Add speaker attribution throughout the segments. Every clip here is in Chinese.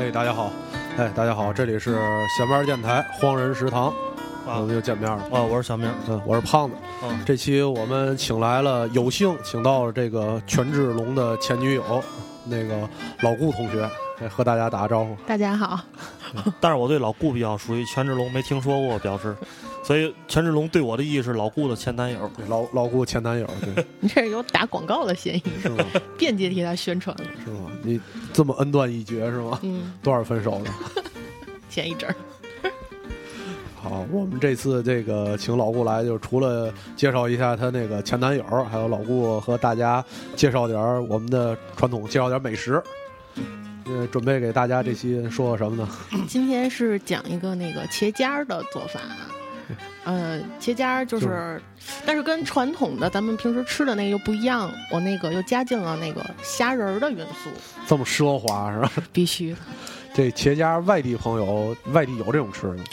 Speaker 1: 哎大家好，这里是闲玩电台荒人食堂，我们又见面了。
Speaker 2: 啊，我是小明。
Speaker 1: 嗯，我是胖子。
Speaker 2: 嗯，
Speaker 1: 这期我们请来了，有幸请到了这个权志龙的前女友，那个老顾同学，来和大家打个招呼。
Speaker 3: 大家好，
Speaker 2: 但是我对老顾比较熟悉，权志龙没听说过，表示，所以权志龙对我的意义是老顾的前男友。
Speaker 1: 对老老顾前男友， 对，
Speaker 3: 你这有打广告的嫌疑，
Speaker 1: 是吗？
Speaker 3: 间接替他宣传了。
Speaker 1: 是吗？你这么恩断义绝是吗？
Speaker 3: 嗯，
Speaker 1: 多少分手的？
Speaker 3: 前一阵儿，
Speaker 1: 好，我们这次这个请老顾来，就是除了介绍一下她那个前男友，还有老顾和大家介绍点儿我们的传统，介绍点儿美食。呃，准备给大家这期说什么呢？
Speaker 3: 今天是讲一个那个茄尖儿的做法。啊 呃，茄尖儿就，
Speaker 1: 就是
Speaker 3: 但是跟传统的咱们平时吃的那个又不一样，我那个又加进了那个虾仁儿的元素，
Speaker 1: 这么奢华是吧？
Speaker 3: 必须的。
Speaker 1: 这茄家外地朋友，外地有这种吃的吗，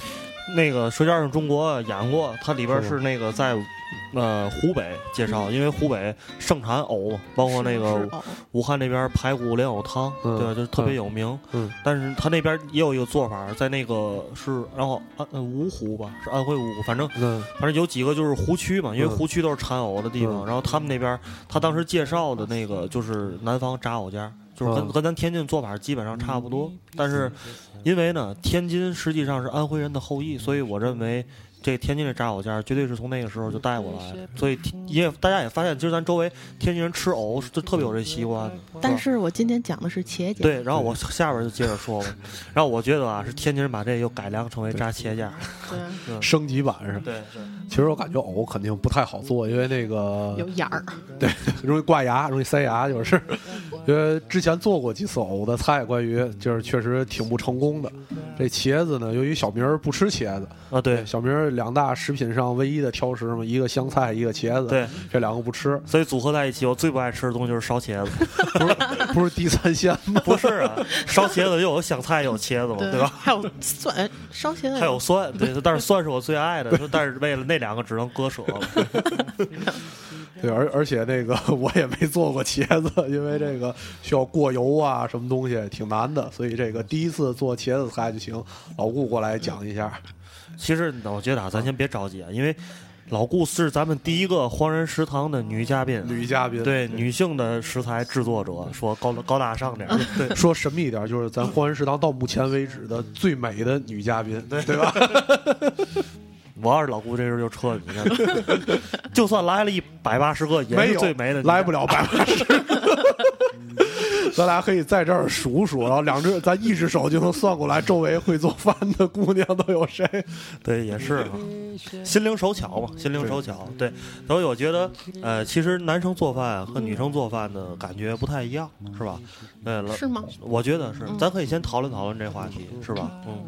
Speaker 2: 那个《舌尖上的中国》演过，它里边是那个在，呃，湖北介绍，因为湖北盛产藕嘛，包括那
Speaker 3: 是
Speaker 2: 个
Speaker 3: 哦，
Speaker 2: 武汉那边排骨莲藕汤，
Speaker 1: 嗯
Speaker 2: 对吧，就是特别有名。
Speaker 1: 嗯，
Speaker 2: 但是他那边也有一个做法，在那个是然后安呃芜湖吧，是安徽芜湖，反正
Speaker 1: 嗯，
Speaker 2: 反正有几个就是湖区嘛，因为
Speaker 1: 嗯
Speaker 2: 湖区都是产藕的地方。
Speaker 1: 嗯
Speaker 2: 然后他们那边，他当时介绍的那个就是南方炸藕尖，就是跟、
Speaker 1: 嗯
Speaker 2: 跟咱天津做法基本上差不多。但是因为呢，天津实际上是安徽人的后裔，所以我认为这天津这炸藕尖绝对是从那个时候就带过来的。所以天也大家也发现，其实咱周围天津人吃藕是特别有这习惯的。
Speaker 3: 但
Speaker 2: 吧
Speaker 3: 是我今天讲的是茄尖，
Speaker 2: 嗯对，然后我下边就接着说吧。 然后我觉得啊，是天津人把这又改良成为炸茄架。
Speaker 3: 对，
Speaker 1: 升级版是吧。
Speaker 2: 对，是
Speaker 1: 其实我感觉藕肯定不太好做，因为那个
Speaker 3: 有眼儿，
Speaker 1: 容易挂牙，容易塞牙，就是，因为呃之前做过几次藕的菜，关于就是确实挺不成功的。这茄子呢，由于小明儿不吃茄子，
Speaker 2: 啊，对
Speaker 1: 小明儿两大食品上唯一的挑食嘛，一个香菜，一个茄子，
Speaker 2: 对。
Speaker 1: 这两个不吃，
Speaker 2: 所以组合在一起，我最不爱吃的东西就是烧茄子。
Speaker 1: 不是不是地三鲜吗？
Speaker 2: 不是啊，烧茄子又有香菜，又有茄子嘛，哦对吧？
Speaker 3: 还有蒜哎烧茄子，
Speaker 2: 还有蒜，对，但是蒜是我最爱的， 就但是为了那两个只能割舍了。
Speaker 1: 对，而而且那个我也没做过茄子，因为这个需要过油啊，什么东西挺难的，所以这个第一次做茄子菜就行。老顾过来讲一下，
Speaker 2: 其实我觉得啊，咱先别着急啊，因为老顾是咱们第一个荒人食堂的女嘉宾，
Speaker 1: 女嘉宾
Speaker 2: 对女性的食材制作者，说高高大上点儿，对，
Speaker 1: 说神秘一点，就是咱荒人食堂到目前为止的最美的女嘉宾，对吧？
Speaker 2: 我要是老顾这时候就撤你了， 就算来了一百八十个， 也
Speaker 1: 没
Speaker 2: 是
Speaker 1: 有
Speaker 2: 最没的，
Speaker 1: 来不
Speaker 2: 了。
Speaker 1: 了百八十。 咱俩可以在这儿数数，然后两只咱一只手就能算过来，周围会做饭的姑娘都有谁？
Speaker 2: 对，也是啊，心灵手巧
Speaker 3: 嗯
Speaker 2: 嘛，心灵手巧。对，所以我觉得，呃，其实男生做饭和女生做饭的感觉不太一样，是吧？对了，
Speaker 3: 是吗？嗯
Speaker 2: 我觉得是，咱可以先讨论讨论这话题，是吧？嗯，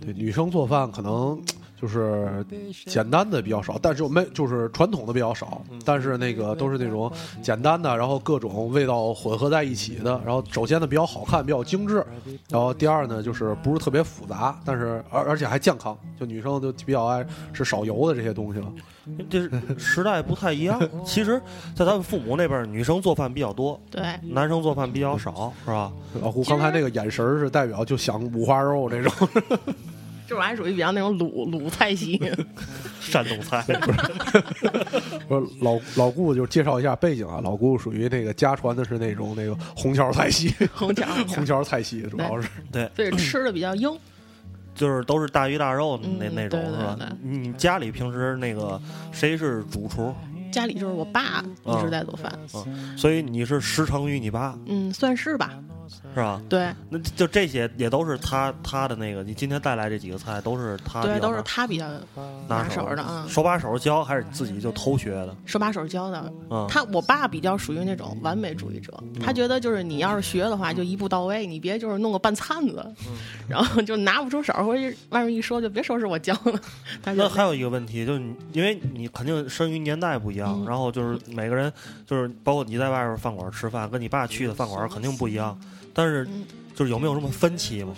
Speaker 1: 对，女生做饭可能就是简单的比较少，但是没就是传统的比较少，但是那个都是那种简单的，然后各种味道混合在一起的。然后首先呢比较好看，比较精致，然后第二呢就是不是特别复杂，但是而而且还健康。就女生就比较爱吃少油的这些东西了。
Speaker 2: 嗯这是时代不太一样。其实，在咱们父母那辈儿，女生做饭比较多，
Speaker 3: 对，
Speaker 2: 男生做饭比较少，是吧？
Speaker 1: 老胡刚才那个眼神儿是代表就想五花肉这种，
Speaker 3: 这我还属于比较那种鲁鲁菜系，
Speaker 2: 山东 菜，
Speaker 1: 不是老老顾就介绍一下背景啊，老顾属于那个家传的是那种那个红桥菜系，
Speaker 3: 红桥
Speaker 1: 红桥菜系主要是。
Speaker 2: 对，
Speaker 3: 所以吃的比较硬。
Speaker 2: 就是都是大鱼大肉那
Speaker 3: 嗯
Speaker 2: 那种，
Speaker 3: 对对
Speaker 2: 是吧
Speaker 3: 对？
Speaker 2: 你家里平时那个谁是主厨？
Speaker 3: 家里就是我爸
Speaker 2: 嗯
Speaker 3: 一直在做饭，
Speaker 2: 所以你是师承于你爸，
Speaker 3: 嗯，算是吧。
Speaker 2: 是吧？
Speaker 3: 对
Speaker 2: 那就这些也都是他他的那个，你今天带来这几个菜都是他
Speaker 3: 对，
Speaker 2: 比较
Speaker 3: 都是他比较
Speaker 2: 拿
Speaker 3: 拿手的啊，
Speaker 2: 手把手教还是你自己就偷学的？
Speaker 3: 手把手教的。
Speaker 2: 嗯，
Speaker 3: 他我爸比较属于那种完美主义者，他觉得就是你要是学的话就一步到位，你别就是弄个半灿子，
Speaker 2: 嗯
Speaker 3: 然后就拿不出手，或者外面一说就别说是我教的。他
Speaker 2: 那
Speaker 3: 就
Speaker 2: 还有一个问题，就是你因为你肯定生于年代不一
Speaker 3: 嗯
Speaker 2: 样，然后就是每个人就是包括你在外边饭馆吃饭，跟你爸去的饭馆肯定不一样，但是
Speaker 3: 嗯
Speaker 2: 就是有没有什么分歧吗？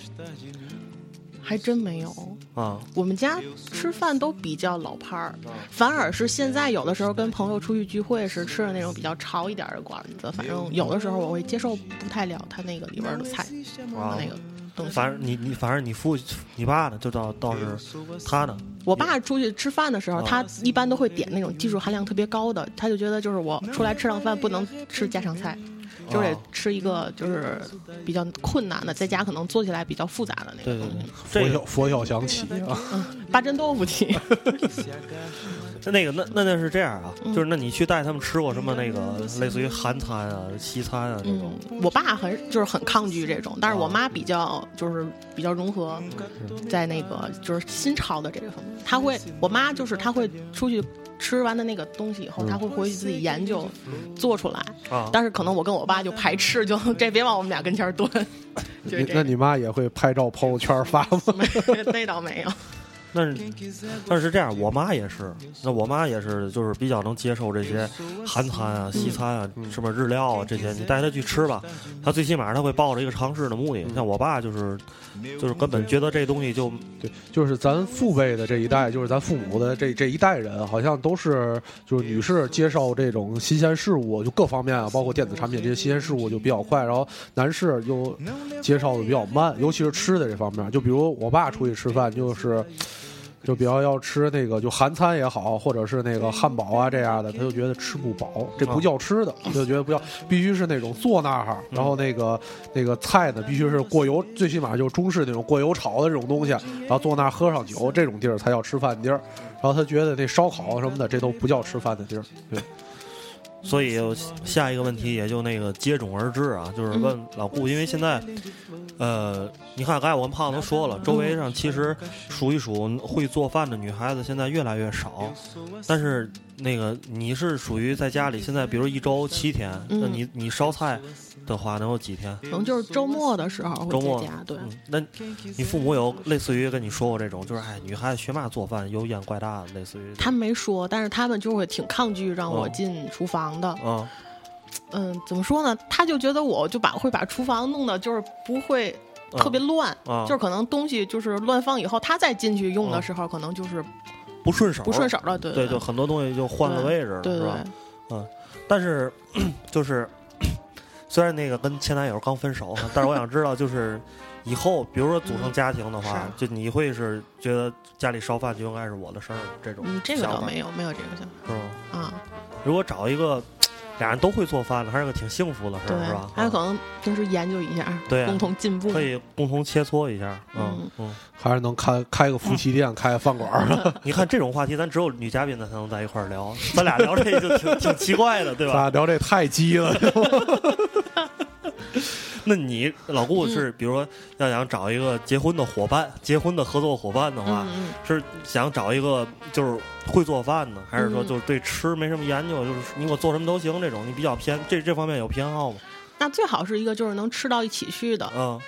Speaker 3: 还真没有。
Speaker 2: 啊，
Speaker 3: 我们家吃饭都比较老派儿，
Speaker 2: 嗯
Speaker 3: 反而是现在有的时候跟朋友出去聚会时吃的那种比较潮一点儿的馆子，反正有的时候我会接受不太了他那个里边儿的菜，
Speaker 2: 啊
Speaker 3: 那个东西。
Speaker 2: 反正你你反正你父你爸呢，就倒倒是他呢，
Speaker 3: 我爸出去吃饭的时候，
Speaker 2: 啊
Speaker 3: 他一般都会点那种技术含量特别高的，他就觉得就是我出来吃上饭不能吃家常菜，就是得
Speaker 2: 啊
Speaker 3: 吃一个就是比较困难的，在家可能做起来比较复杂的那
Speaker 2: 对
Speaker 3: 个
Speaker 2: 对
Speaker 3: 东西
Speaker 2: 对。，
Speaker 1: 佛
Speaker 2: 这
Speaker 1: 跳
Speaker 2: 个
Speaker 1: 佛跳墙起啊，
Speaker 3: 八珍豆 腐鸡，
Speaker 2: 那个那那那是这样啊，
Speaker 3: 嗯
Speaker 2: 就是那你去带他们吃过什么那个类似于韩餐啊、西餐啊这种
Speaker 3: 嗯，我爸很就是很抗拒这种，但是
Speaker 2: 啊嗯
Speaker 3: 我妈比较就是比较融合，在那个就是新潮的这个方面，她会，我妈就是她会出去。吃完的那个东西以后，她会回去自己研究，
Speaker 2: 嗯
Speaker 3: 做出来。
Speaker 2: 啊？
Speaker 3: 但是可能我跟我爸就排斥，就
Speaker 2: 嗯
Speaker 3: 这别往我们俩跟前儿 蹲，就是
Speaker 1: 你
Speaker 3: 这
Speaker 1: 那
Speaker 3: 样。
Speaker 1: 你妈也会拍照朋友圈发 吗？
Speaker 3: 那倒没有，
Speaker 2: 那是但是这样，我妈也是，那我妈也是，就是比较能接受这些韩餐啊、西餐啊、什么日料啊这些，你带她去吃吧，她最起码她会抱着一个尝试的目的。像我爸就是，就是根本觉得这东西就
Speaker 1: 对，就是咱父辈的这一代，就是咱父母的这这一代人，好像都是就是女士接受这种新鲜事物，就各方面啊，包括电子产品这些新鲜事物就比较快，然后男士又接受的比较慢，尤其是吃的这方面。就比如我爸出去吃饭，就是就比较要吃那个就韩餐也好，或者是那个汉堡啊这样的，他就觉得吃不饱，这不叫吃的，他就觉得不叫，必须是那种坐那儿，然后那个那个菜呢必须是过油，最起码就是中式那种过油炒的这种东西，
Speaker 3: 嗯
Speaker 1: 然后坐那儿喝上酒，这种地儿才叫吃饭地儿。然后他觉得那烧烤什么的，这都不叫吃饭的地儿。对，
Speaker 2: 所以下一个问题也就那个接踵而至啊，
Speaker 3: 嗯
Speaker 2: 就是问老顾，因为现在，呃，你看刚才我跟胖子都说了，周围上其实数一数会做饭的女孩子现在越来越少，但是那个你是属于在家里现在，比如一周七天，
Speaker 3: 嗯
Speaker 2: 那你你烧菜的话能有几天？
Speaker 3: 可能就是周末的时候
Speaker 2: 嗯周
Speaker 3: 会
Speaker 2: 末
Speaker 3: 在家。对，
Speaker 2: 嗯，那你父母有类似于跟你说过这种，就是哎，女孩子学嘛做饭，有眼怪大的，类似于
Speaker 3: 他们没说，但是他们就会挺抗拒让我
Speaker 2: 哦
Speaker 3: 进厨房的。
Speaker 2: 啊，
Speaker 3: 嗯，怎么说呢？他就觉得我就把会把厨房弄得就是不会
Speaker 2: 嗯
Speaker 3: 特别乱，
Speaker 2: 啊
Speaker 3: 就是可能东西就是乱放以后，他再进去用的时候，可能就是
Speaker 2: 不顺手，
Speaker 3: 不顺手了。对
Speaker 2: 对，就
Speaker 3: 对
Speaker 2: 很多东西就换个位置了，
Speaker 3: 对
Speaker 2: 是吧
Speaker 3: 对？，
Speaker 2: 但是就是 虽然那个跟前男友刚分手，但是我想知道，就是以后比如说组成家庭的话
Speaker 3: 嗯，
Speaker 2: 就你会是觉得家里烧饭就应该是我的事儿这种
Speaker 3: 嗯，这个
Speaker 2: 想
Speaker 3: 倒
Speaker 2: 法
Speaker 3: 没有没有这个想
Speaker 2: 是吗？
Speaker 3: 法啊。
Speaker 2: 如果找一个俩人都会做饭的，还是个挺幸福的事
Speaker 3: 对
Speaker 2: 儿，是吧？
Speaker 3: 还有
Speaker 2: 嗯
Speaker 3: 可能平时研究一下，
Speaker 2: 对啊
Speaker 3: 共同进步。
Speaker 2: 可以共同切磋一下，嗯嗯，
Speaker 1: 还是能开开个夫妻店，
Speaker 3: 嗯
Speaker 1: 开个饭馆 儿。
Speaker 2: 你看这种话题，咱只有女嘉宾咱才能在一块儿聊，咱俩聊这就挺挺奇怪的，对
Speaker 1: 咱
Speaker 2: 吧？
Speaker 1: 俩聊这太鸡 了，
Speaker 2: 那你老顾
Speaker 3: 嗯
Speaker 2: 是，比如说要想找一个结婚的伙伴、结婚的合作伙伴的话，
Speaker 3: 嗯嗯，
Speaker 2: 是想找一个就是会做饭的，还是说
Speaker 3: 嗯
Speaker 2: 就是对吃没什么研究，就是你给我做什么都行这种？你比较偏这这方面有偏好吗？
Speaker 3: 那最好是一个就是能吃到一起去的。
Speaker 2: 嗯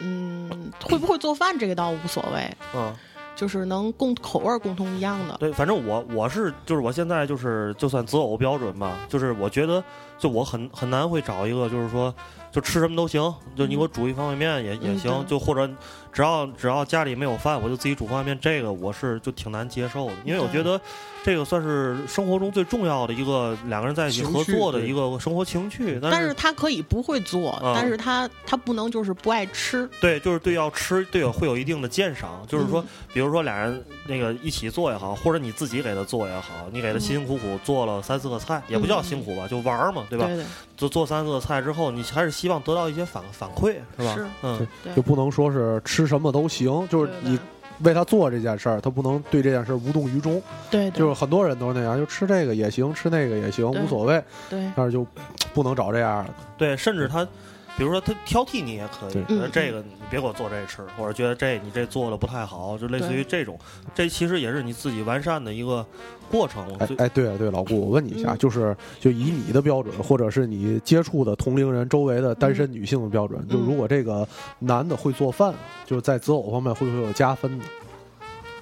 Speaker 3: 嗯，会不会做饭这个倒无所谓，
Speaker 2: 嗯，
Speaker 3: 就是能共口味儿共同一样的。
Speaker 2: 对，反正我我是就是我现在就是就算择偶标准吧，就是我觉得就我很很难会找一个就是说就吃什么都行，就你给我煮一方便面也、也
Speaker 3: 嗯
Speaker 2: 行，
Speaker 3: 对
Speaker 2: 就或者只要只要家里没有饭，我就自己煮方便面，这个我是就挺难接受的，因为我
Speaker 3: 对
Speaker 2: 觉得这个算是生活中最重要的一个两个人在一起
Speaker 1: 情
Speaker 2: 合
Speaker 1: 趣
Speaker 2: 作的
Speaker 1: 对
Speaker 2: 一个生活情趣，但
Speaker 3: 但是他可以不会做，
Speaker 2: 嗯
Speaker 3: 但是他他不能就是不爱吃。嗯
Speaker 2: 对，就是对要吃对有会有一定的鉴赏，就是说，比如说俩人那个一起做也好，或者你自己给他做也好，你给他辛辛苦苦做了三四个菜，也不叫辛苦吧，就玩儿嘛，对
Speaker 3: 对
Speaker 2: 吧？
Speaker 3: 对
Speaker 2: 就做三四个菜之后，你还是希望得到一些反反馈，是吧？
Speaker 3: 是
Speaker 2: 嗯，
Speaker 3: 对
Speaker 1: 就不能说是吃什么都行，就是
Speaker 3: 对
Speaker 1: 你为他做这件事儿，他不能对这件事儿无动于衷。
Speaker 3: 对对
Speaker 1: 就
Speaker 3: 对
Speaker 1: 是很多人都是那样，就吃这个也行，吃那个也行，
Speaker 3: 对
Speaker 1: 无所谓，
Speaker 3: 对
Speaker 1: 但是就不能找这样的。
Speaker 2: 对，甚至他。比如说他挑剔你也可以
Speaker 1: 对，
Speaker 2: 觉得
Speaker 3: 嗯
Speaker 2: 这个你别给我做这吃，或者觉得这你这做的不太好，就类似于这种，
Speaker 3: 嗯
Speaker 2: 这其实也是你自己完善的一个过程。我
Speaker 1: 哎
Speaker 2: 最
Speaker 1: 哎，对了对了，老顾，我问你一下，
Speaker 3: 嗯
Speaker 1: 就是就以你的标准，或者是你接触的同龄人周围的单身
Speaker 3: 嗯
Speaker 1: 女性的标准，就如果这个男的会做饭，就是在择偶方面会不会有加分呢？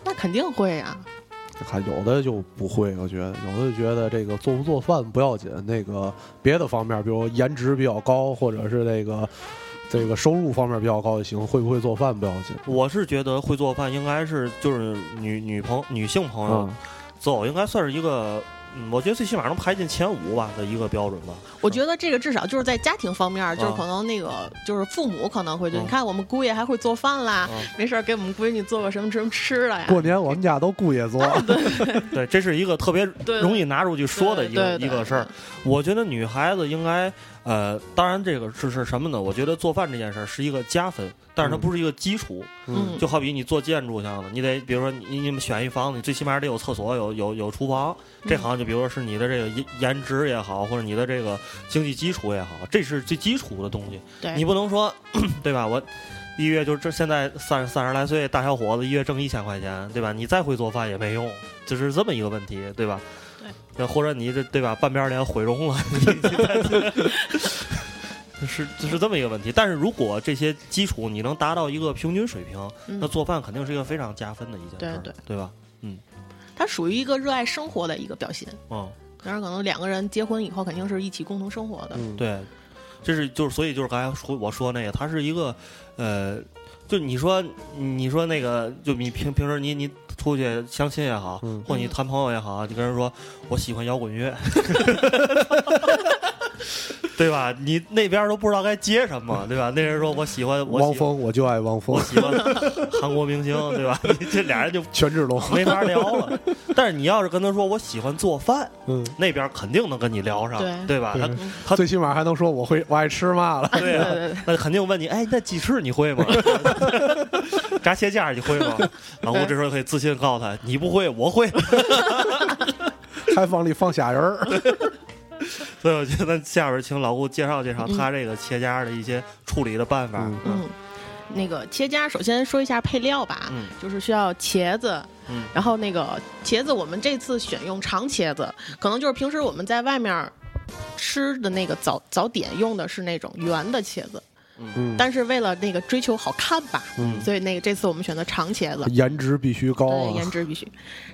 Speaker 3: 那肯定会啊呀、
Speaker 1: 看有的就不会，我觉得有的就觉得这个做不做饭不要紧，那个别的方面，比如颜值比较高，或者是那个这个收入方面比较高就行，会不会做饭不要紧。
Speaker 2: 我是觉得会做饭应该是就是女女朋女性朋友
Speaker 1: 嗯，
Speaker 2: 择偶应该算是一个嗯，我觉得最起码能排进前五吧的一个标准吧。
Speaker 3: 我觉得这个至少就是在家庭方面儿，就是
Speaker 2: 啊
Speaker 3: 可能那个就是父母可能会就
Speaker 2: 啊
Speaker 3: 你看我们姑爷还会做饭啦
Speaker 2: 啊，
Speaker 3: 没事儿给我们闺女做个什么什么吃的呀。
Speaker 1: 过年我们家都姑爷做，
Speaker 3: 嗯
Speaker 2: 对，这是一个特别
Speaker 3: 对
Speaker 2: 容易拿出去说的一个
Speaker 3: 对对
Speaker 2: 一个事儿。我觉得女孩子应该，呃，当然这个是是什么呢？我觉得做饭这件事儿是一个加分，但是它
Speaker 1: 嗯
Speaker 2: 不是一个基础。
Speaker 3: 嗯，
Speaker 2: 就好比你做建筑上的，你得比如说你你们选一房子，你最起码得有厕所，有有有厨房。
Speaker 3: 嗯
Speaker 2: 这好像就比如说是你的这个颜颜值也好，或者你的这个经济基础也好，这是最基础的东西。
Speaker 3: 对
Speaker 2: 你不能说， 对吧？我一月就是这现在三三十来岁大小伙子，一月挣一千块钱，对吧？你再会做饭也没用，就是这么一个问题，对吧？
Speaker 3: 对
Speaker 2: 对，或者你这对吧，半边脸毁容 了，你你再是就是这么一个问题。但是如果这些基础你能达到一个平均水平，
Speaker 3: 嗯
Speaker 2: 那做饭肯定是一个非常加分的一件事儿，
Speaker 3: 对对
Speaker 2: 对吧？
Speaker 3: 他属于一个热爱生活的一个表现。
Speaker 2: 嗯，
Speaker 3: 当然，可能两个人结婚以后肯定是一起共同生活的。
Speaker 1: 嗯，
Speaker 2: 对，这是就是所以就是刚才说我说那个，它是一个呃，就你说你说那个，就你平平时你你出去相亲也好，
Speaker 1: 嗯
Speaker 2: 或你谈朋友也好，你跟人说我喜欢摇 滚乐，对吧？你那边都不知道该接什么，对吧？那人说我喜欢我
Speaker 1: 汪
Speaker 2: 喜欢
Speaker 1: 峰我就爱汪峰
Speaker 2: 我，喜欢韩国明星，对吧？ 你这俩人就
Speaker 1: 权志龙，
Speaker 2: 没法聊了。但是你要是跟他说我喜欢做饭，
Speaker 1: 嗯，
Speaker 2: 那边肯定能跟你聊上，
Speaker 3: 对
Speaker 2: 吧？
Speaker 1: 对
Speaker 2: 他
Speaker 1: 啊他最起码还能说我会我爱吃嘛了，
Speaker 2: 对啊
Speaker 3: 对对对，
Speaker 2: 那肯定问你，哎，那鸡翅 你会吗？炸蟹架你会吗？然后我这时候可以自信告诉他，你不会，我会。
Speaker 1: 还往里放虾仁儿，
Speaker 2: 所以我觉得下边请老顾介绍介绍他这个切夹的一些处理的办法。
Speaker 1: 嗯
Speaker 2: 嗯
Speaker 3: 嗯，那个切夹，首先说一下配料吧，
Speaker 2: 嗯
Speaker 3: 就是需要茄子，
Speaker 2: 嗯
Speaker 3: 然后那个茄子我们这次选用长茄子，可能就是平时我们在外面儿吃的那个早早点用的是那种圆的茄子，
Speaker 1: 嗯，
Speaker 3: 但是为了那个追求好看吧，
Speaker 1: 嗯
Speaker 3: 所以那个这次我们选择长茄子，
Speaker 1: 颜值必须高
Speaker 3: 对，
Speaker 1: 啊
Speaker 3: 颜，值必须。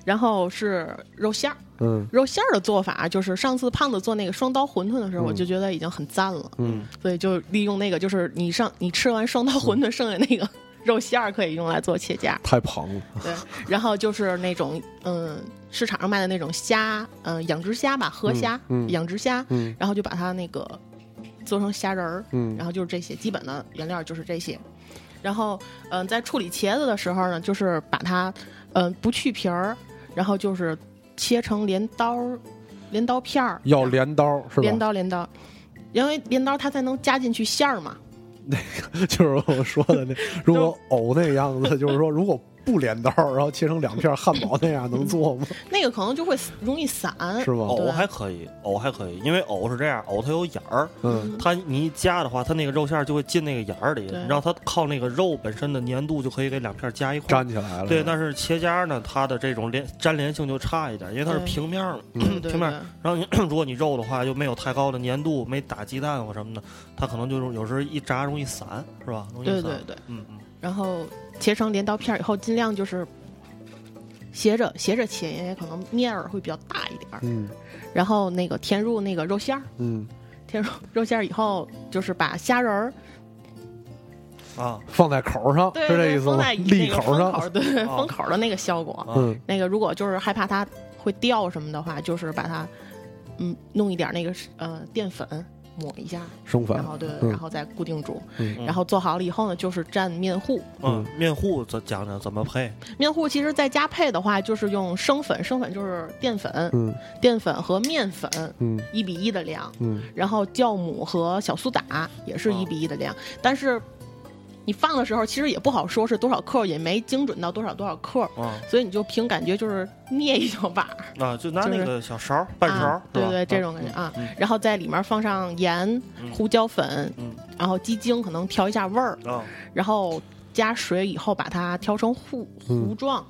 Speaker 3: 然后是肉馅儿，
Speaker 1: 嗯
Speaker 3: 肉馅儿的做法就是上次胖子做那个双刀馄饨的时候，我就觉得已经很赞了，
Speaker 1: 嗯，
Speaker 3: 所以就利用那个，就是你上你吃完双刀馄饨剩下那个肉馅儿可以用来做切夹，
Speaker 1: 太胖了，
Speaker 3: 对，然后就是那种嗯市场上卖的那种虾，嗯养殖虾吧，河虾，
Speaker 1: 嗯嗯
Speaker 3: 养殖虾，
Speaker 1: 嗯
Speaker 3: 然后就把它那个做成虾仁儿，
Speaker 1: 嗯
Speaker 3: 然后就是这些基本的原料就是这些，然后嗯、在处理茄子的时候呢，就是把它嗯、不去皮儿，然后就是切成镰刀儿镰刀片儿，
Speaker 1: 要镰刀是
Speaker 3: 镰
Speaker 1: 吧？
Speaker 3: 刀镰刀，因为镰刀它才能夹进去馅儿嘛。
Speaker 1: 就是我说的那，如果藕那样子，就是说如果不镰刀，然后切成两片汉堡那样能做吗？
Speaker 3: 那个可能就会散容易散，
Speaker 1: 是吗？
Speaker 2: 藕
Speaker 3: 对
Speaker 2: 还可以，藕还可以，因为藕是这样，藕它有眼儿，
Speaker 1: 嗯
Speaker 2: 它你一夹的话，它那个肉馅儿就会进那个眼儿里，
Speaker 3: 对
Speaker 2: 然后它靠那个肉本身的粘度就可以给两片儿夹一块儿。
Speaker 1: 粘起来了，
Speaker 2: 对，但是切夹呢，它的这种连粘连性就差一点，因为它是
Speaker 3: 对
Speaker 2: 平面儿嘛，
Speaker 3: 对嗯对
Speaker 2: 平面儿
Speaker 3: 对，
Speaker 2: 然后你 如果你肉的话，又没有太高的粘度，没打鸡蛋或什么的，它可能就是有时候一炸容易散，是吧？容易散。
Speaker 3: 对对对。
Speaker 2: 嗯嗯
Speaker 3: 然后切成镰刀片儿以后，尽量就是斜着斜着切，因为可能面儿会比较大一点儿。
Speaker 1: 嗯
Speaker 3: 然后那个填入那个肉馅儿，
Speaker 1: 嗯，
Speaker 3: 填入肉馅儿以后，就是把虾仁儿
Speaker 2: 啊
Speaker 1: 放在口上
Speaker 3: 对
Speaker 1: 是这
Speaker 3: 对
Speaker 1: 意思
Speaker 3: 封
Speaker 1: 吗？
Speaker 3: 在那
Speaker 1: 利
Speaker 3: 个
Speaker 1: 口哦
Speaker 3: 封口
Speaker 1: 上，
Speaker 3: 儿，对
Speaker 2: 啊
Speaker 3: 封口儿的那个效果。
Speaker 2: 啊
Speaker 1: 嗯
Speaker 3: 那个如果就是害怕它会掉什么的话，就是把它嗯弄一点那个呃淀粉抹一下，
Speaker 1: 生
Speaker 3: 然
Speaker 1: 粉，
Speaker 3: 后对，
Speaker 1: 嗯
Speaker 3: 然后再固定住。
Speaker 1: 嗯
Speaker 3: 然后做好了以后呢，就是蘸面糊。
Speaker 2: 嗯，面糊咱讲讲怎么配，
Speaker 3: 面糊其实在家配的话，就是用生粉，生粉就是淀粉，
Speaker 1: 嗯
Speaker 3: 淀粉和面粉
Speaker 1: 嗯
Speaker 3: 一比一的量，
Speaker 1: 嗯
Speaker 3: 然后酵母和小苏打也是
Speaker 2: 哦
Speaker 3: 一比一的量，但是。你放的时候其实也不好说是多少克，也没精准到多少多少克，
Speaker 2: 啊
Speaker 3: 所以你就凭感觉就是捏一小把儿，
Speaker 2: 啊，就拿
Speaker 3: 就是
Speaker 2: 那个小勺儿半勺儿
Speaker 3: 啊，
Speaker 2: 是
Speaker 3: 对
Speaker 2: 吧
Speaker 3: 对，这种
Speaker 2: 啊
Speaker 3: 感觉啊
Speaker 2: 嗯。
Speaker 3: 然后在里面放上盐、
Speaker 2: 嗯
Speaker 3: 胡椒粉，
Speaker 2: 嗯
Speaker 3: 然后鸡精可能调一下味儿，
Speaker 2: 啊，
Speaker 3: 然后加水以后把它调成糊糊状，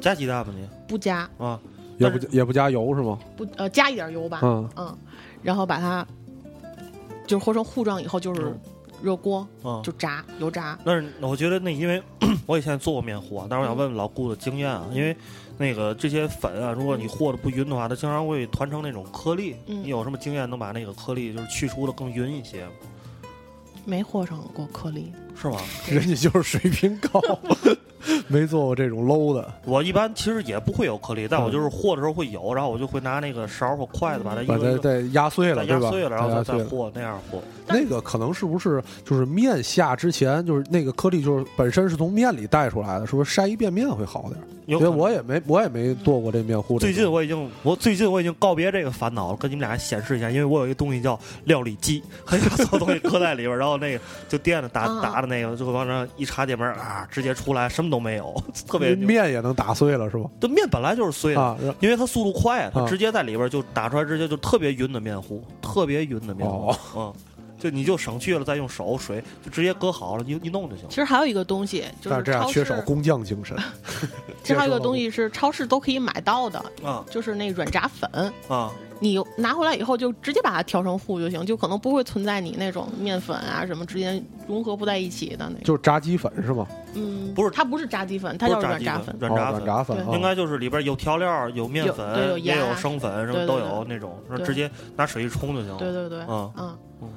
Speaker 2: 加鸡蛋吧你
Speaker 3: 不加
Speaker 2: 啊，
Speaker 1: 也不也不加油是吗？
Speaker 3: 不呃加一点油吧，
Speaker 1: 嗯
Speaker 3: 然后把它就是和成糊状以后就是
Speaker 2: 嗯
Speaker 3: 热锅、
Speaker 2: 啊。
Speaker 1: 嗯
Speaker 3: 就炸油炸，
Speaker 2: 但是我觉得那因为 我以前做过面糊啊，但是我想问问老顾的经验啊，因为那个这些粉啊，如果你和的不匀的话，它经常会团成那种颗粒。
Speaker 3: 嗯
Speaker 2: 你有什么经验能把那个颗粒就是去除的更匀一些吗？
Speaker 3: 没和上过颗粒，
Speaker 2: 是吗？
Speaker 1: 人家就是水平高， 没做过这种 low 的，
Speaker 2: 我一般其实也不会有颗粒，但我
Speaker 1: 嗯
Speaker 2: 就是和的时候会有，然后我就会拿那个勺或筷子把它一
Speaker 1: 把
Speaker 2: 个
Speaker 1: 它
Speaker 2: 一个
Speaker 1: 再压碎
Speaker 2: 再
Speaker 1: 了，
Speaker 2: 压
Speaker 1: 对吧？
Speaker 2: 碎了，然后
Speaker 1: 压
Speaker 2: 再
Speaker 1: 碎
Speaker 2: 再
Speaker 1: 了。
Speaker 2: 和那样和。
Speaker 1: 那个可能是不是就是面下之前，就是那个颗粒就是本身是从面里带出来的，是不是筛一遍面会好点？
Speaker 2: 有
Speaker 1: 因为
Speaker 2: 可能
Speaker 1: 我也没我也没做过这面糊这
Speaker 2: 最
Speaker 1: 种。
Speaker 2: 近我已经我最近我已经告别这个烦恼了，跟你们俩显示一下，因为我有一个东西叫料理机，可以把所有东西搁在里边儿，然后那个就垫着打
Speaker 3: 啊
Speaker 2: 打的那个，就往那一插电门啊，直接出来什么都没有，特别牛。
Speaker 1: 面也能打碎了是吧？
Speaker 2: 这面本来就是碎的，
Speaker 1: 啊，然
Speaker 2: 因为它速度快，它
Speaker 1: 啊
Speaker 2: 直接在里边就打出来，直接就特别匀的面糊，特别匀的面糊，
Speaker 1: 哦
Speaker 2: 嗯，就你就省去了再用手水，就直接搁好了，一一弄就行
Speaker 3: 其。实还有一个东西，就
Speaker 1: 但是
Speaker 3: 是
Speaker 1: 这样
Speaker 3: 超市
Speaker 1: 缺少工匠精神。
Speaker 3: 其实还有一个东西是超市都可以买到的，
Speaker 2: 啊
Speaker 3: 就是那软炸粉，
Speaker 2: 啊，
Speaker 3: 你拿回来以后就直接把它调成糊就行，就可能不会存在你那种面粉啊什么之间融合不在一起的那种。
Speaker 1: 就是炸鸡粉是吗？
Speaker 3: 嗯，
Speaker 2: 不是
Speaker 3: 它不是炸鸡粉，它
Speaker 2: 不
Speaker 3: 叫
Speaker 2: 是
Speaker 3: 软
Speaker 2: 鸡
Speaker 3: 炸
Speaker 2: 粉
Speaker 3: 粉，，
Speaker 2: 软炸
Speaker 1: 哦软。
Speaker 2: 粉
Speaker 1: 炸粉
Speaker 3: 对
Speaker 1: 啊
Speaker 2: 应该就是里边有调料、有面粉、
Speaker 3: 有对有
Speaker 2: 也
Speaker 3: 鸭
Speaker 2: 有生粉，什么
Speaker 3: 对对
Speaker 2: 都
Speaker 3: 对
Speaker 2: 有那种，然后
Speaker 3: 对
Speaker 2: 直接拿水一冲就行了。
Speaker 3: 对对对，
Speaker 1: 哦
Speaker 2: 嗯
Speaker 3: 嗯，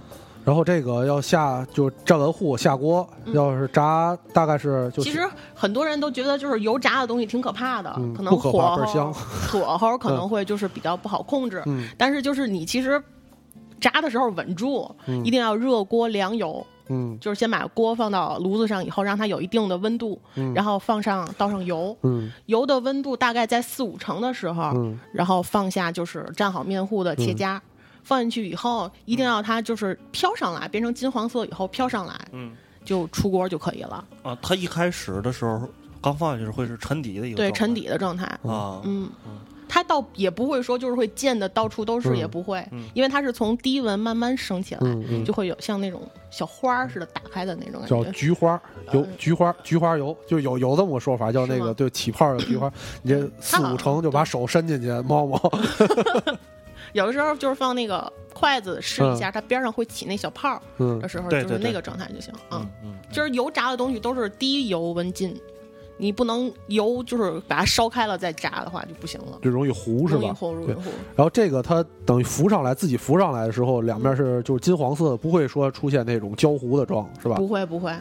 Speaker 1: 然后这个要下就蘸完糊下锅，
Speaker 3: 嗯
Speaker 1: 要是炸大概是就
Speaker 3: 其实很多人都觉得就是油炸的东西挺可怕的，
Speaker 1: 嗯
Speaker 3: 可能
Speaker 1: 不可
Speaker 3: 火
Speaker 1: 怕
Speaker 3: 候
Speaker 1: 倍儿香
Speaker 3: 火候可能会就是比较不好控制，
Speaker 1: 嗯
Speaker 3: 但是就是你其实炸的时候稳住，
Speaker 1: 嗯
Speaker 3: 一定要热锅凉油，
Speaker 1: 嗯
Speaker 3: 就是先把锅放到炉子上以后，让它有一定的温度，
Speaker 1: 嗯
Speaker 3: 然后放上倒上油，
Speaker 1: 嗯
Speaker 3: 油的温度大概在四五成的时
Speaker 2: 啊
Speaker 3: 候，
Speaker 1: 嗯
Speaker 3: 然后放下就是蘸好面糊的切
Speaker 1: 嗯
Speaker 3: 夹。放进去以后，一定要它就是飘上来，变成金黄色以后飘上来，
Speaker 2: 嗯
Speaker 3: 就出锅就可以了。
Speaker 2: 啊，它一开始的时候刚放下去是会是沉底的一个
Speaker 3: 对，
Speaker 2: 状态
Speaker 3: 沉底的状态。
Speaker 2: 啊，
Speaker 3: 嗯
Speaker 2: 嗯，
Speaker 3: 它倒也不会说就是会溅的到处都是，
Speaker 1: 嗯
Speaker 3: 也不会
Speaker 2: 嗯，
Speaker 3: 因为它是从低温慢慢升起来，
Speaker 1: 嗯
Speaker 2: 啊
Speaker 1: 嗯，
Speaker 3: 就会有像那种小花儿似的打开的那种感
Speaker 1: 叫
Speaker 3: 觉。
Speaker 1: 菊花油，菊花菊花油，就有有这么个说法，叫那
Speaker 3: 嗯是
Speaker 1: 个
Speaker 3: 吗嗯
Speaker 1: 就起泡的菊花，你这四五成就把手伸进去猫猫，
Speaker 3: 有的时候就是放那个筷子试一下，它边上会起那小泡儿
Speaker 1: 嗯
Speaker 3: 的时候，
Speaker 2: 对
Speaker 3: 就是
Speaker 2: 对对
Speaker 3: 那个状态就行啊
Speaker 2: 嗯。嗯，
Speaker 3: 就是油炸的东西都是低油温进，你不能油就是把它烧开了再炸的话就不行了。
Speaker 1: 就容易糊是
Speaker 3: 容易
Speaker 1: 吧？
Speaker 3: 糊，容易
Speaker 1: 对
Speaker 3: 糊。
Speaker 1: 然后这个它等于浮上来，自己浮上来的时候，两边是就是金黄色的，不会说出现那种焦糊的状，是吧？
Speaker 3: 不会不会。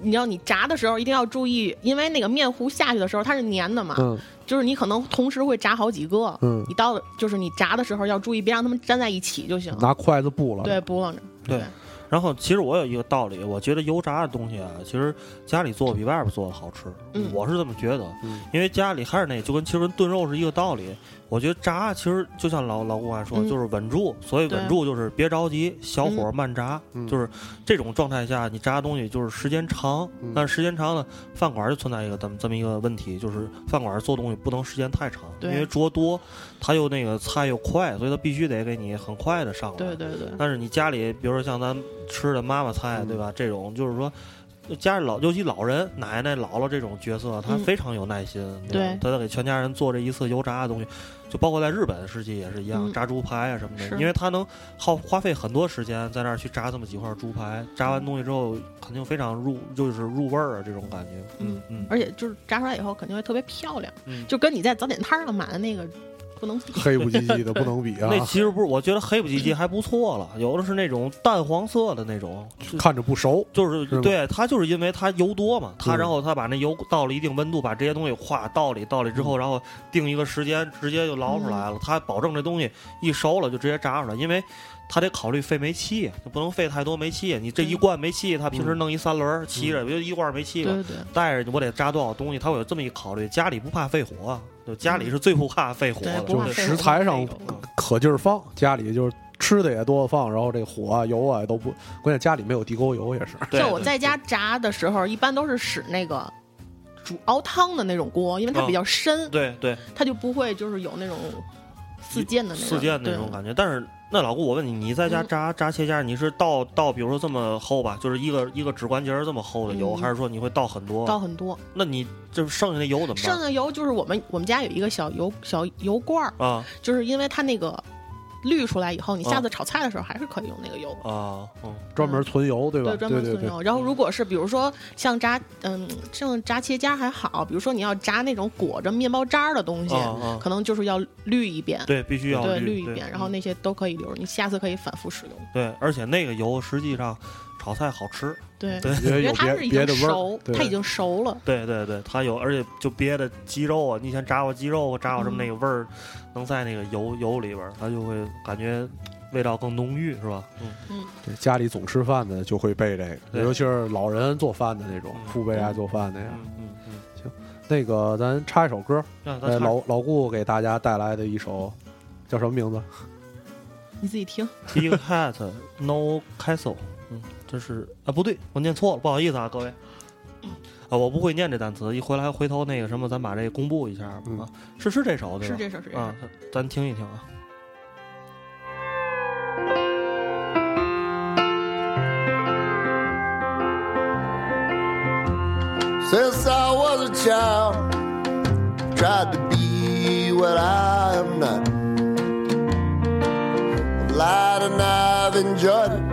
Speaker 3: 你知道你炸的时候一定要注意，因为那个面糊下去的时候它是粘的嘛，
Speaker 1: 嗯
Speaker 3: 就是你可能同时会炸好几个。
Speaker 1: 嗯，
Speaker 3: 你到的就是你炸的时候要注意，别让它们粘在一起就行。
Speaker 1: 拿筷子布了，
Speaker 3: 对，拨楞着。
Speaker 2: 对然后其实我有一个道理，我觉得油炸的东西啊，其实家里做比外边做的好吃，
Speaker 3: 嗯
Speaker 2: 我是这么觉得。
Speaker 1: 嗯
Speaker 2: 因为家里还是那，就跟其实跟炖肉是一个道理。我觉得炸其实就像老老顾刚才说，
Speaker 3: 嗯
Speaker 2: 就是稳住，所以
Speaker 3: 对
Speaker 2: 稳住就是别着急，小火
Speaker 3: 嗯
Speaker 2: 慢炸，
Speaker 1: 嗯
Speaker 2: 就是这种状态下你炸的东西就是时间长，
Speaker 1: 嗯
Speaker 2: 但是时间长呢，饭馆就存在一个这么这么一个问题，就是饭馆做东西不能时间太长，因
Speaker 3: 对
Speaker 2: 为桌多，它又那个菜又快，所以它必须得给你很快的上来。
Speaker 3: 对对对，
Speaker 2: 但是你家里，比如说像咱吃的妈妈菜，
Speaker 1: 嗯
Speaker 2: 对吧？这种就是说，家里老尤其老人、奶奶、姥姥这种角色，他
Speaker 3: 嗯
Speaker 2: 非常有耐心，吧
Speaker 3: 对
Speaker 2: 他在给全家人做这一次油炸的东西，就包括在日本时期也是一样，
Speaker 3: 嗯
Speaker 2: 炸猪排啊什么的，
Speaker 3: 是
Speaker 2: 因为他能耗花费很多时间在那儿去炸这么几块猪排，炸完东西之后肯定非常入，就是入味儿啊这种感觉。嗯
Speaker 3: 嗯
Speaker 2: 嗯
Speaker 3: 而且就是炸出来以后肯定会特别漂亮，
Speaker 2: 嗯。
Speaker 3: 就跟你在早点摊上买的那个 不能比。
Speaker 1: 黑不唧唧 的不能比啊
Speaker 2: 那，其实不是，我觉得黑不唧唧还不错了，有的是那种淡黄色的那种，就
Speaker 1: 看着不熟，
Speaker 2: 就是
Speaker 1: 是吗
Speaker 2: 对它就是因为它油多嘛，
Speaker 1: 嗯
Speaker 2: 它然后它把那油到了一定温度，把这些东西化倒里倒里之
Speaker 1: 嗯
Speaker 2: 后，然后定一个时间，直接就捞出来了。它保证这东西一熟了就直接炸出来，因为它得考虑费煤气，啊就不能费太多煤气。啊你这一罐煤气，它平
Speaker 1: 嗯
Speaker 2: 时弄一三轮儿骑着，不就一罐煤气
Speaker 3: 对
Speaker 2: 吗？
Speaker 3: 对对，
Speaker 2: 带着我得炸多少东西，它会有这么一考虑。家里不怕费火，啊就家
Speaker 1: 嗯
Speaker 2: 里是最不怕费火
Speaker 3: 对
Speaker 2: 的，
Speaker 3: 不
Speaker 1: 就
Speaker 3: 怕
Speaker 1: 是
Speaker 3: 费
Speaker 1: 食
Speaker 3: 火
Speaker 1: 材上
Speaker 2: 这个
Speaker 1: 可劲儿放，家里就是吃的也多放，然后这火啊油啊都不，关键家里没有地沟油也是，
Speaker 2: 对
Speaker 3: 像我
Speaker 2: 对
Speaker 3: 在
Speaker 2: 对
Speaker 3: 家炸的时候，一般都是使那个煮熬汤的那种锅，因为它
Speaker 2: 啊
Speaker 3: 比较深，
Speaker 2: 对对
Speaker 3: 它就不会就是有那种四溅的那种
Speaker 2: 四溅
Speaker 3: 对
Speaker 2: 那种感觉。但是那老顾，我问你，你在家
Speaker 3: 嗯
Speaker 2: 炸炸切夹，你是倒倒，比如说这么厚吧，就是一个一个指关节儿这么厚的油，
Speaker 3: 嗯
Speaker 2: 还是说你会倒很多？
Speaker 3: 倒很多。
Speaker 2: 那你这剩下的油怎么办？
Speaker 3: 剩的油就是我们我们家有一个小油小油罐儿，
Speaker 2: 啊
Speaker 3: 就是因为它那个滤出来以后，你
Speaker 2: 啊
Speaker 3: 下次炒菜的时候还是可以用那个油。
Speaker 2: 啊，嗯
Speaker 1: 专门存油对吧？
Speaker 3: 专
Speaker 1: 对
Speaker 3: 门
Speaker 1: 对
Speaker 3: 炖
Speaker 1: 对，
Speaker 3: 油。然后，如果是比如说像炸，嗯，像炸切夹还好，比如说你要炸那种裹着面包渣儿的东西，
Speaker 2: 啊啊，
Speaker 3: 可能就是要滤一遍，
Speaker 2: 对，嗯必须要
Speaker 3: 对，
Speaker 2: 滤
Speaker 3: 滤一遍，然后那些都可以留着，你下次可以反复使用。
Speaker 2: 对，而且那个油实际上。炒菜好吃。
Speaker 3: 对，
Speaker 2: 对
Speaker 1: 因为
Speaker 3: 因
Speaker 1: 有
Speaker 3: 为它
Speaker 1: 别
Speaker 3: 是已
Speaker 1: 别
Speaker 3: 经
Speaker 1: 的味儿
Speaker 3: 熟，，
Speaker 1: 对
Speaker 3: 它已经熟了。
Speaker 2: 对对对，它有，而且就憋的鸡肉啊，你像炸过鸡肉或炸过什
Speaker 3: 嗯
Speaker 2: 么那个味儿，能在那个油油里边儿，它就会感觉味道更浓郁，是吧？嗯，
Speaker 1: 对家里总吃饭的就会备这个，
Speaker 2: 对
Speaker 1: 尤其是老人做饭的那种
Speaker 2: 嗯，
Speaker 1: 父辈爱做饭那样。
Speaker 2: 嗯嗯嗯。
Speaker 1: 那个，咱插一首歌，
Speaker 2: 那
Speaker 1: 呃，
Speaker 2: 咱
Speaker 1: 老老顾给大家带来的一首叫什么 名字？
Speaker 3: 你自己听，
Speaker 2: Big Cat No Castle，嗯，这是啊，不对，我念错了，不好意思啊，各位。啊，我不会念这单词，一回来回头那个什么，咱把这公布一下吧
Speaker 1: 嗯
Speaker 2: 啊，是是这首对吧？
Speaker 3: 是这首，是这首
Speaker 2: 啊。，咱听一听啊。
Speaker 4: Since I was a child, tried to be what I am not. I've lied and I've enjoyed it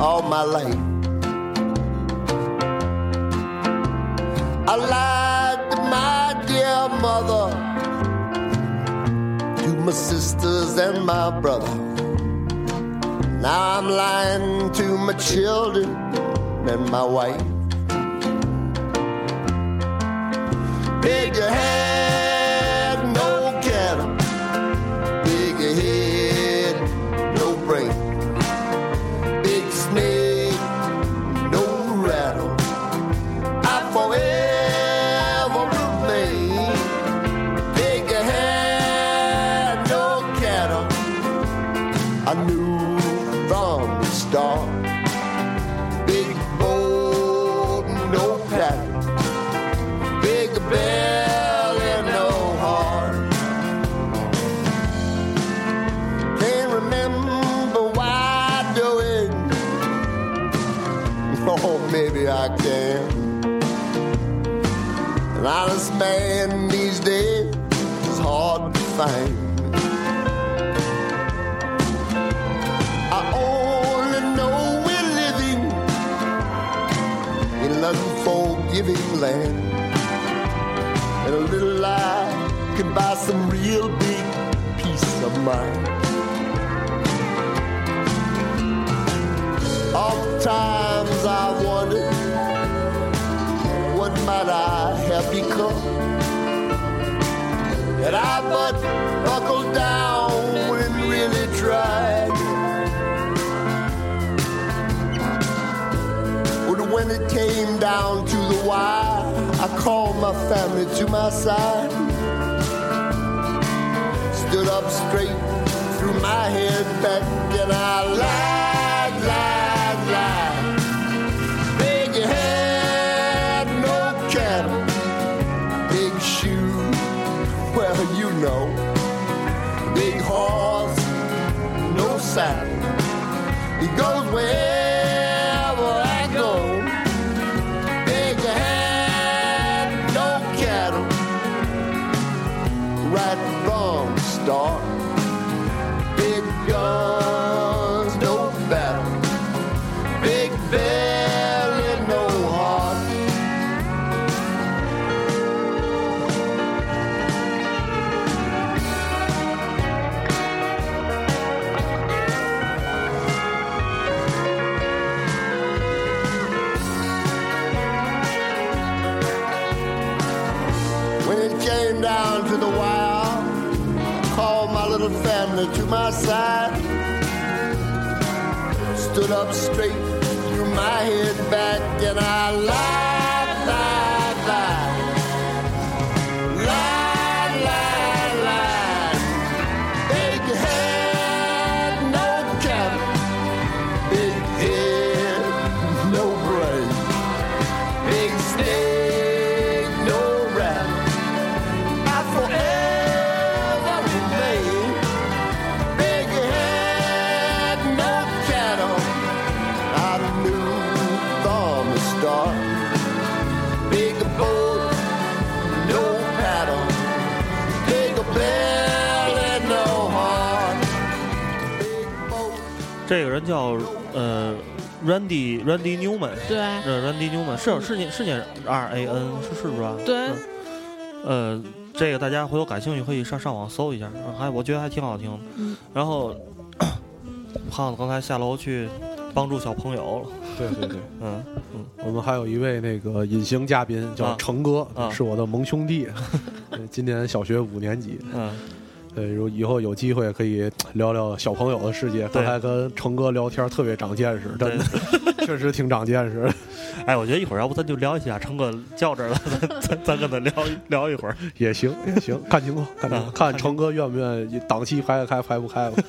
Speaker 4: all my life. I lied to my dear mother, to my sisters and my brother. Now I'm lying to my children and my wife. Big head, no cattle. Big head, no brain. Big snake, no rattle. I forever remain. Big head, no cattle. I knew from the start. Big bold, no pattern big belly, no heart. Can't remember why I do it. Oh, maybe I can. An honest man these days is hard to find. I only know we're living in an unforgiving land and a little lie can buy some real big peace of mind. Oft times I wonder what might I have become. Had I but buckled down when really tried. But when it came down to the wire, I called my family to my side. Stood up straight, threw my head back, and I lied, lied, lied. Big head, no cap, big shoe, well, you know. Big horse, no saddle. He goes wherever I go. Big head, no cattle. Right from the start. Big guns, no battle. Big belly, no heart. When it came down to the wire, I called my little family to my side. Stood up straight, threw my head back, and I lied, lied, lied. Lied, lied, lied. Big head, no cap. Big head, no brain. Big snake, no rat. I forever remain. Big head, no cattle. I knew from the start. Big boat, no paddle. Big belly, no heart. Big boat.
Speaker 2: 这个人叫呃 Randy Randy Newman，
Speaker 3: 对
Speaker 2: 呃 Randy Newman 是是念是念 R A N 是是不是啊？
Speaker 3: 对
Speaker 2: 嗯呃，这个大家回头感兴趣可以上上网搜一下，嗯 啊还我觉得还挺好听的。
Speaker 3: 嗯
Speaker 2: 然后胖子刚才下楼去帮助小朋友了。
Speaker 1: 对对对，
Speaker 2: 嗯，
Speaker 1: 我们还有一位那个隐形嘉宾叫
Speaker 2: 啊
Speaker 1: 成哥，
Speaker 2: 啊
Speaker 1: 是我的盟兄 弟，呃今年小学五年级。
Speaker 2: 嗯，
Speaker 1: 呃，如以后有机会可以聊聊小朋友的世界。刚才跟成哥聊天特别长见识，真的， 确实挺长见识。
Speaker 2: 哎，我觉得一会儿要不咱就聊一下，成哥叫这儿了，咱咱咱跟他聊一聊一会儿。
Speaker 1: 也行，也行，看情况，看情况，
Speaker 2: 啊
Speaker 1: 看成哥愿不愿意，档期排得开排不开吧。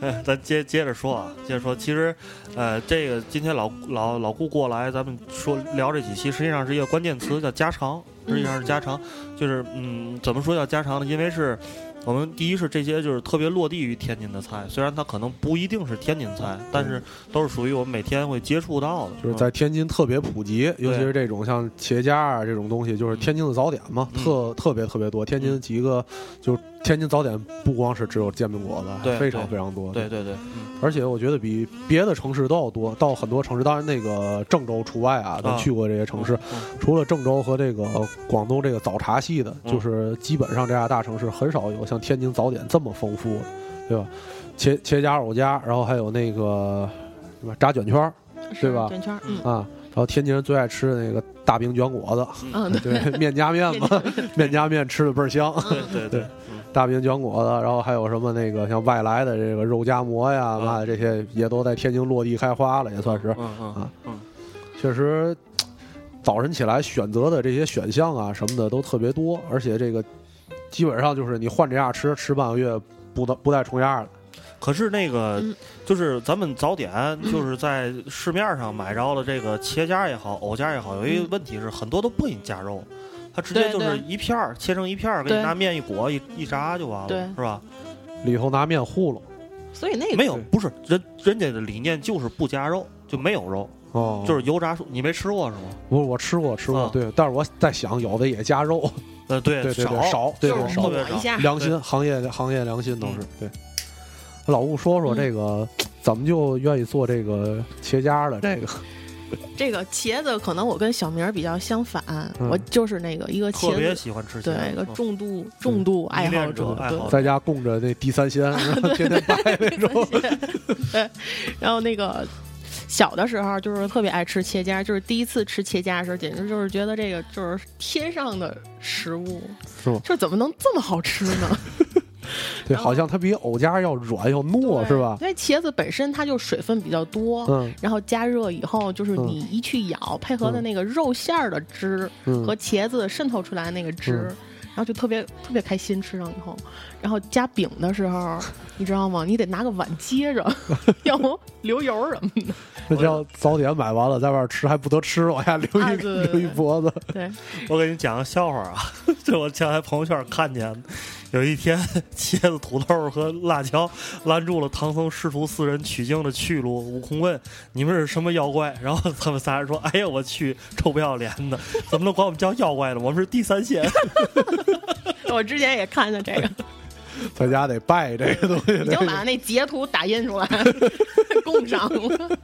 Speaker 2: 哎， 咱接接着说啊，接着说。其实，呃，这个今天老老老顾过来，咱们说聊这几期，实际上是一个关键词，叫家常。实际上是家常，就是嗯，怎么说叫家常呢？因为是我们第一是这些就是特别落地于天津的菜，虽然它可能不一定是天津菜，但是都是属于我们每天会接触到的。
Speaker 1: 就是在天津特别普及，尤其是这种像茄家啊这种东西，就是天津的早点嘛，
Speaker 2: 嗯
Speaker 1: 特特别特别多。天津几个，就天津早点不光是只有煎饼果子，
Speaker 2: 对
Speaker 1: 非常非常多。
Speaker 2: 对，对对，嗯
Speaker 1: 而且我觉得比别的城市都要多，到很多城市，当然那个郑州除外啊，咱
Speaker 2: 啊
Speaker 1: 去过这些城市，
Speaker 2: 嗯
Speaker 1: 除了郑州和这个广东这个早茶系的，
Speaker 2: 嗯
Speaker 1: 就是基本上这俩大城市很少有像天津早点这么丰富的，对吧？茄茄家、藕家，然后还有那个什么炸卷圈儿对吧
Speaker 3: 转圈儿，嗯
Speaker 1: 啊，然后天津人最爱吃的那个大饼卷果子，
Speaker 3: 嗯， 对
Speaker 1: 对，面夹面嘛， 面夹面吃的倍儿香，
Speaker 2: 对对对，嗯
Speaker 1: 大饼卷果子，然后还有什么那个像外来的这个肉夹馍呀，
Speaker 2: 嗯
Speaker 1: 妈的这些也都在天津落地开花了，也算是，
Speaker 2: 嗯嗯
Speaker 1: 啊
Speaker 2: 嗯，
Speaker 1: 确实。早晨起来选择的这些选项啊什么的都特别多，而且这个基本上就是你换着样吃，吃半个月不得不带重样的。
Speaker 2: 可是那个
Speaker 3: 嗯
Speaker 2: 就是咱们早点就是在市面上买着了这个切夹也好，藕夹也好，有一个问题是很多都不给你加肉，它直接
Speaker 3: 对
Speaker 2: 就是
Speaker 3: 对
Speaker 2: 一片儿切成一片儿，给你
Speaker 3: 对
Speaker 2: 拿面一裹一一炸就完
Speaker 3: 对
Speaker 2: 了，是吧？
Speaker 1: 里头拿面糊弄
Speaker 3: 所以那个
Speaker 2: 没有，不是人人家的理念就是不加肉，就没有肉，
Speaker 1: 哦，
Speaker 2: 就是油炸蔬。你没吃过是吗？
Speaker 1: 我我吃过吃过，
Speaker 2: 啊
Speaker 1: 对，但是我在想有的也加肉，
Speaker 2: 呃， 对
Speaker 1: 对对
Speaker 2: 少
Speaker 1: 对，少，对
Speaker 3: 就
Speaker 1: 对
Speaker 3: 是
Speaker 1: 少
Speaker 2: 特
Speaker 3: 抹
Speaker 2: 别
Speaker 3: 一下，
Speaker 1: 良心，行业行业良心都是对。老吴说说
Speaker 3: 嗯
Speaker 1: 这个，怎么就愿意做这个切家的这个？
Speaker 3: 这个茄子可能我跟小明儿比较相反，
Speaker 1: 嗯
Speaker 3: 我就是那个一个
Speaker 2: 特
Speaker 3: 茄
Speaker 2: 别
Speaker 3: 子，
Speaker 2: 喜欢吃茄
Speaker 3: 对一个
Speaker 2: 子。
Speaker 3: 重度重度爱好
Speaker 2: 嗯爱好者
Speaker 1: 在家供着那地三鲜，然后天天掰那 种。
Speaker 3: 对， 然后那个小的时候就是特别爱吃茄夹，就是第一次吃茄夹的时候，简直就是觉得这个就是天上的食物，
Speaker 1: 是吗
Speaker 3: 就怎么能这么好吃 呢？
Speaker 1: 对，好像它比藕夹要软要糯，是吧？
Speaker 3: 因为茄子本身它就水分比较多。
Speaker 1: 嗯
Speaker 3: 然后加热以后，就是
Speaker 1: 嗯
Speaker 3: 你一去咬，配合的那个肉馅儿的汁、和
Speaker 1: 嗯，
Speaker 3: 茄子渗透出来的那个汁，
Speaker 1: 嗯
Speaker 3: 然后就特别特别开心吃上以后，然后夹饼的时候，你知道吗？你得拿个碗接着， 要不流油什么的。
Speaker 1: 那叫早点买完了，在外吃还不得吃，往下流一
Speaker 3: 啊对对对
Speaker 1: 流一脖子。
Speaker 3: 对，
Speaker 2: 我给你讲个笑话啊， 这我前两天朋友圈看见的，有一天 茄子、土豆和辣椒拦住了唐僧师徒四人取经的去路。悟空问：“你们是什么妖怪？” 然后他们仨人说：“哎呀，我去，臭不要脸的， 怎么能管我们叫妖怪呢？我们是地三 鲜。
Speaker 3: 我之前也看见这 个，
Speaker 1: 在家得拜这个 东西，
Speaker 3: 已经把那截图打印出来 供上了。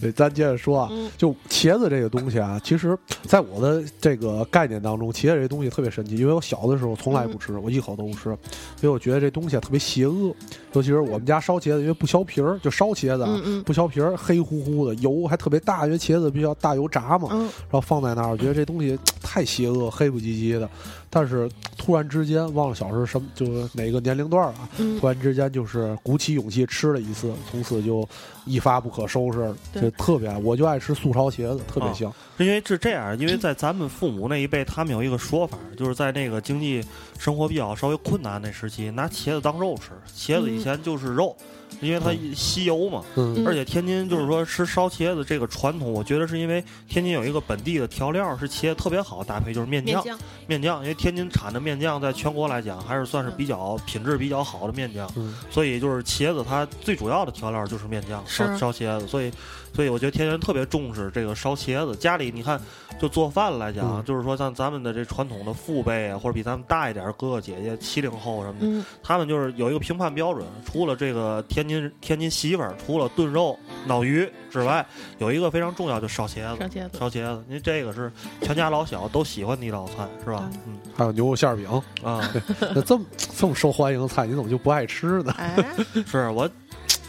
Speaker 1: 对，咱接着说啊
Speaker 3: 嗯，
Speaker 1: 就茄子这个东西啊，其实在我的这个概念当中，茄子这东西特别神奇，因为我小的时候从来
Speaker 3: 嗯
Speaker 1: 不吃，我一口都不吃，因为我觉得这东西啊特别邪恶，尤其是我们家烧茄子，因为不削皮儿，就烧茄子啊。
Speaker 3: 嗯嗯
Speaker 1: 不削皮儿，黑乎乎的，油还特别大，因为茄子比较大油炸嘛，
Speaker 3: 嗯，
Speaker 1: 然后放在那儿，我觉得这东西太邪恶，黑不唧唧的。但是突然之间，忘了小时候什么，就是哪个年龄段儿啊，
Speaker 3: 嗯
Speaker 1: 突然之间就是鼓起勇气吃了一次，从此就一发不可收拾了，
Speaker 3: 对
Speaker 1: 就特别爱。我就爱吃素烧茄子，特别香。”
Speaker 2: 因为是这样，因为在咱们父母那一辈，他们有一个说法，就是在那个经济生活比较稍微困难那时期，拿茄子当肉吃。茄子以前就是肉，因为它吸油嘛。
Speaker 1: 嗯
Speaker 3: 嗯
Speaker 2: 而且天津就是说吃烧茄子这个传统，我觉得是因为天津有一个本地的调料是茄子特别好搭配，就是面
Speaker 3: 面
Speaker 2: 酱。
Speaker 3: 酱，
Speaker 2: 面酱，因为天津产的面酱在全国来讲还是算是比较品质比较好的面酱，
Speaker 1: 嗯，
Speaker 2: 所以就是茄子它最主要的调料就是面酱烧
Speaker 3: 是
Speaker 2: 烧茄子，所以所以我觉得天津人特别重视这个烧茄子。家里你看，就做饭来讲，
Speaker 1: 嗯
Speaker 2: 就是说像咱们的这传统的父辈啊，或者比咱们大一点儿哥哥姐姐、七零后什么的，
Speaker 3: 嗯，
Speaker 2: 他们就是有一个评判标准，除了这个天津天津媳妇儿，除了炖肉、脑鱼之外，有一个非常重要，就烧茄
Speaker 3: 烧
Speaker 2: 子。
Speaker 3: 茄子，
Speaker 2: 烧茄子，因为这个是全家老小都喜欢的一道菜，是吧？嗯
Speaker 1: 还有牛肉馅儿饼，
Speaker 2: 啊，
Speaker 1: 那这么这么受欢迎的菜，你怎么就不爱吃呢？
Speaker 3: 哎，
Speaker 2: 是我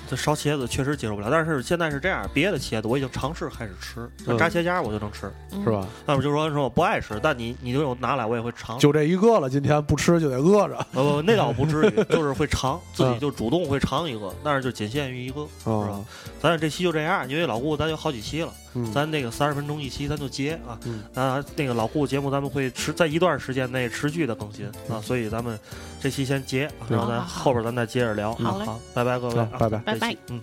Speaker 2: 这烧茄子确实接受不了，但是现在是这样，别的茄子我已经尝试开始吃，像炸茄夹我就能吃，
Speaker 3: 嗯
Speaker 1: 是吧？
Speaker 2: 那我就说说我不爱吃，但你你就有拿来我也会尝，
Speaker 1: 就这一个了，今天不吃就得饿着。
Speaker 2: 呃那倒不至于，就是会尝，自己就主动会尝一个，但是就仅限于一个，是吧
Speaker 1: 啊，？
Speaker 2: 咱这期就这样，因为老顾咱有好几期了，
Speaker 1: 嗯
Speaker 2: 咱那个三十分钟一期咱就接啊
Speaker 1: 嗯，
Speaker 2: 啊那个老顾节目咱们会持在一段时间内持续的更新
Speaker 1: 嗯
Speaker 2: 啊，所以咱们这期先结，然后咱
Speaker 3: 好好好
Speaker 2: 后边咱再接着聊，嗯
Speaker 3: 好嘞
Speaker 2: 好，拜拜各
Speaker 1: 嗯
Speaker 2: 位
Speaker 1: 好
Speaker 2: 啊，
Speaker 1: 拜拜
Speaker 3: 拜
Speaker 2: 这期
Speaker 3: 拜，
Speaker 2: 嗯。